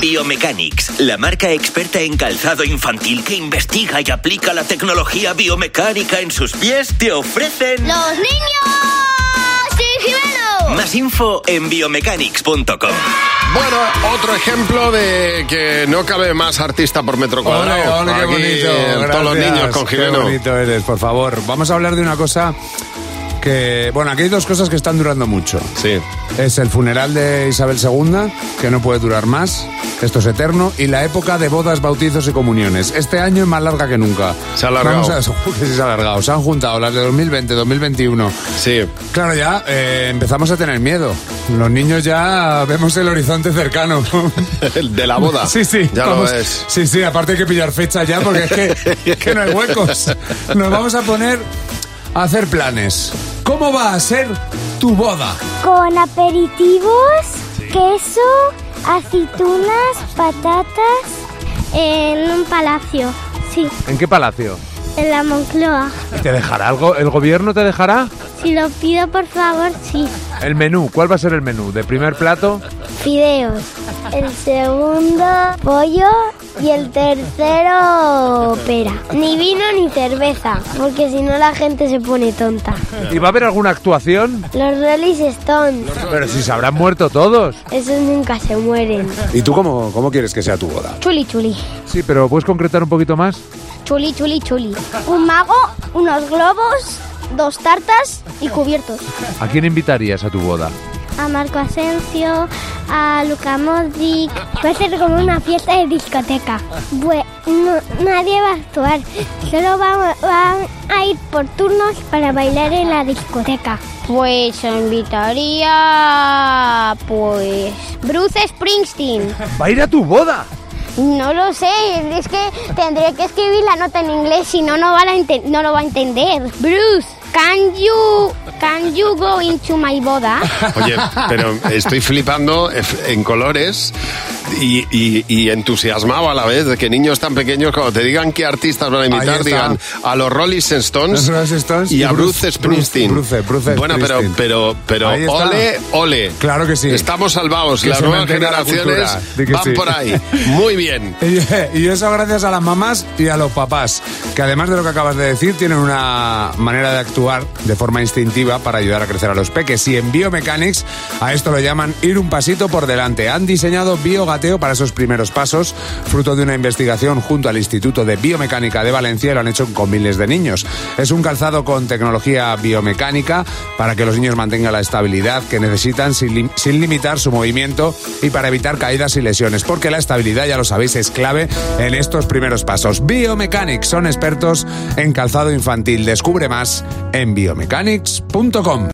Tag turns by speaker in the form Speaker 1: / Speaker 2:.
Speaker 1: Biomechanics, la marca experta en calzado infantil que investiga y aplica la tecnología biomecánica en sus pies, te ofrecen
Speaker 2: ¡Los niños! ¡Dímelo!
Speaker 1: más info en biomechanics.com.
Speaker 3: Bueno, otro ejemplo de que no cabe más artista por metro cuadrado.
Speaker 4: Ole, ole,
Speaker 3: Aquí,
Speaker 4: qué bonito.
Speaker 3: todos los
Speaker 4: gracias.
Speaker 3: niños con
Speaker 4: Qué
Speaker 3: Jimeno.
Speaker 4: bonito eres, por favor. Vamos a hablar de una cosa que, bueno, aquí hay dos cosas que están durando mucho.
Speaker 3: Sí.
Speaker 4: Es el funeral de Isabel II, que no puede durar más, esto es eterno, y la época de bodas, bautizos y comuniones. Este año es más larga que nunca.
Speaker 3: Se ha alargado.
Speaker 4: Vamos a- Seguro que sí se ha alargado. Se han juntado las de 2020, 2021.
Speaker 3: Sí.
Speaker 4: Claro, ya eh, empezamos a tener miedo. Los niños ya vemos el horizonte cercano.
Speaker 3: El de la boda.
Speaker 4: Sí, sí.
Speaker 3: Ya
Speaker 4: vamos-
Speaker 3: lo ves.
Speaker 4: Sí, sí, aparte hay que pillar fecha ya porque es que, que no hay huecos. Nos vamos a poner a hacer planes. ¿Cómo va a ser tu boda?
Speaker 5: Con aperitivos, queso, aceitunas, patatas, en un palacio, sí,
Speaker 6: ¿En qué palacio?
Speaker 5: en la Moncloa.
Speaker 6: ¿Te dejará algo? ¿El gobierno te dejará?
Speaker 5: Si lo pido, por favor, sí.
Speaker 6: El menú, ¿cuál va a ser el menú? ¿De primer plato?
Speaker 5: Fideos. El segundo, pollo. Y el tercero, pera. Ni vino ni cerveza, porque si no la gente se pone tonta.
Speaker 6: ¿Y va a haber alguna actuación?
Speaker 5: Los Rolling Stones,
Speaker 6: Pero si se habrán muerto todos.
Speaker 5: esos nunca se mueren.
Speaker 4: ¿Y tú cómo, cómo quieres que sea tu boda?
Speaker 5: Chuli, chuli.
Speaker 6: Sí, pero ¿puedes concretar un poquito más?
Speaker 5: Chuli, chuli, chuli. Un mago, unos globos, dos tartas y cubiertos.
Speaker 6: ¿A quién invitarías a tu boda?
Speaker 5: A Marco Asensio, a Luca Modric. Va a ser como una fiesta de discoteca. Bueno, nadie va a actuar. Solo va- van a ir por turnos para bailar en la discoteca.
Speaker 2: Pues invitaría. Pues. Bruce Springsteen.
Speaker 6: ¡Va a ir a tu boda!
Speaker 2: No lo sé, es que tendría que escribir la nota en inglés, si no, no, va a la ente- no lo va a entender. Bruce, can you, can you go into my boda?
Speaker 3: Oye, pero estoy flipando en colores y, y- y entusiasmado a la vez de que niños tan pequeños, cuando te digan qué artistas van a
Speaker 4: Ahí
Speaker 3: invitar,
Speaker 4: está.
Speaker 3: digan a los Rolling Stones,
Speaker 4: Los Rolling Stones
Speaker 3: y, a
Speaker 4: y
Speaker 3: Bruce,
Speaker 4: Bruce-
Speaker 3: Springsteen.
Speaker 4: Bruce- Bruce
Speaker 3: bueno, pero,
Speaker 4: Springsteen.
Speaker 3: pero, pero
Speaker 4: Ahí está.
Speaker 3: ole, ole.
Speaker 4: Claro que sí.
Speaker 3: Estamos salvados.
Speaker 4: Que
Speaker 3: Las
Speaker 4: se
Speaker 3: nuevas
Speaker 4: mantenga la
Speaker 3: generaciones
Speaker 4: cultura. Di que
Speaker 3: van
Speaker 4: sí.
Speaker 3: por ahí. Muy bien.
Speaker 4: Y, y eso gracias a las mamás y a los papás, que además de lo que acabas de decir, tienen una manera de actuar de forma instintiva para ayudar a crecer a los peques. Y en Biomechanics a esto lo llaman ir un pasito por delante. Han diseñado biogateo para esos primeros pasos, fruto de una investigación junto al Instituto de Biomecánica de Valencia y lo han hecho con miles de niños. Es un calzado con tecnología biomecánica para que los niños mantengan la estabilidad que necesitan sin, lim- sin limitar su movimiento y para evitar caídas y lesiones, porque la estabilidad, ya lo sabéis, es clave en estos primeros pasos. Biomechanics son expertos en calzado infantil. Descubre más en biomechanics.com.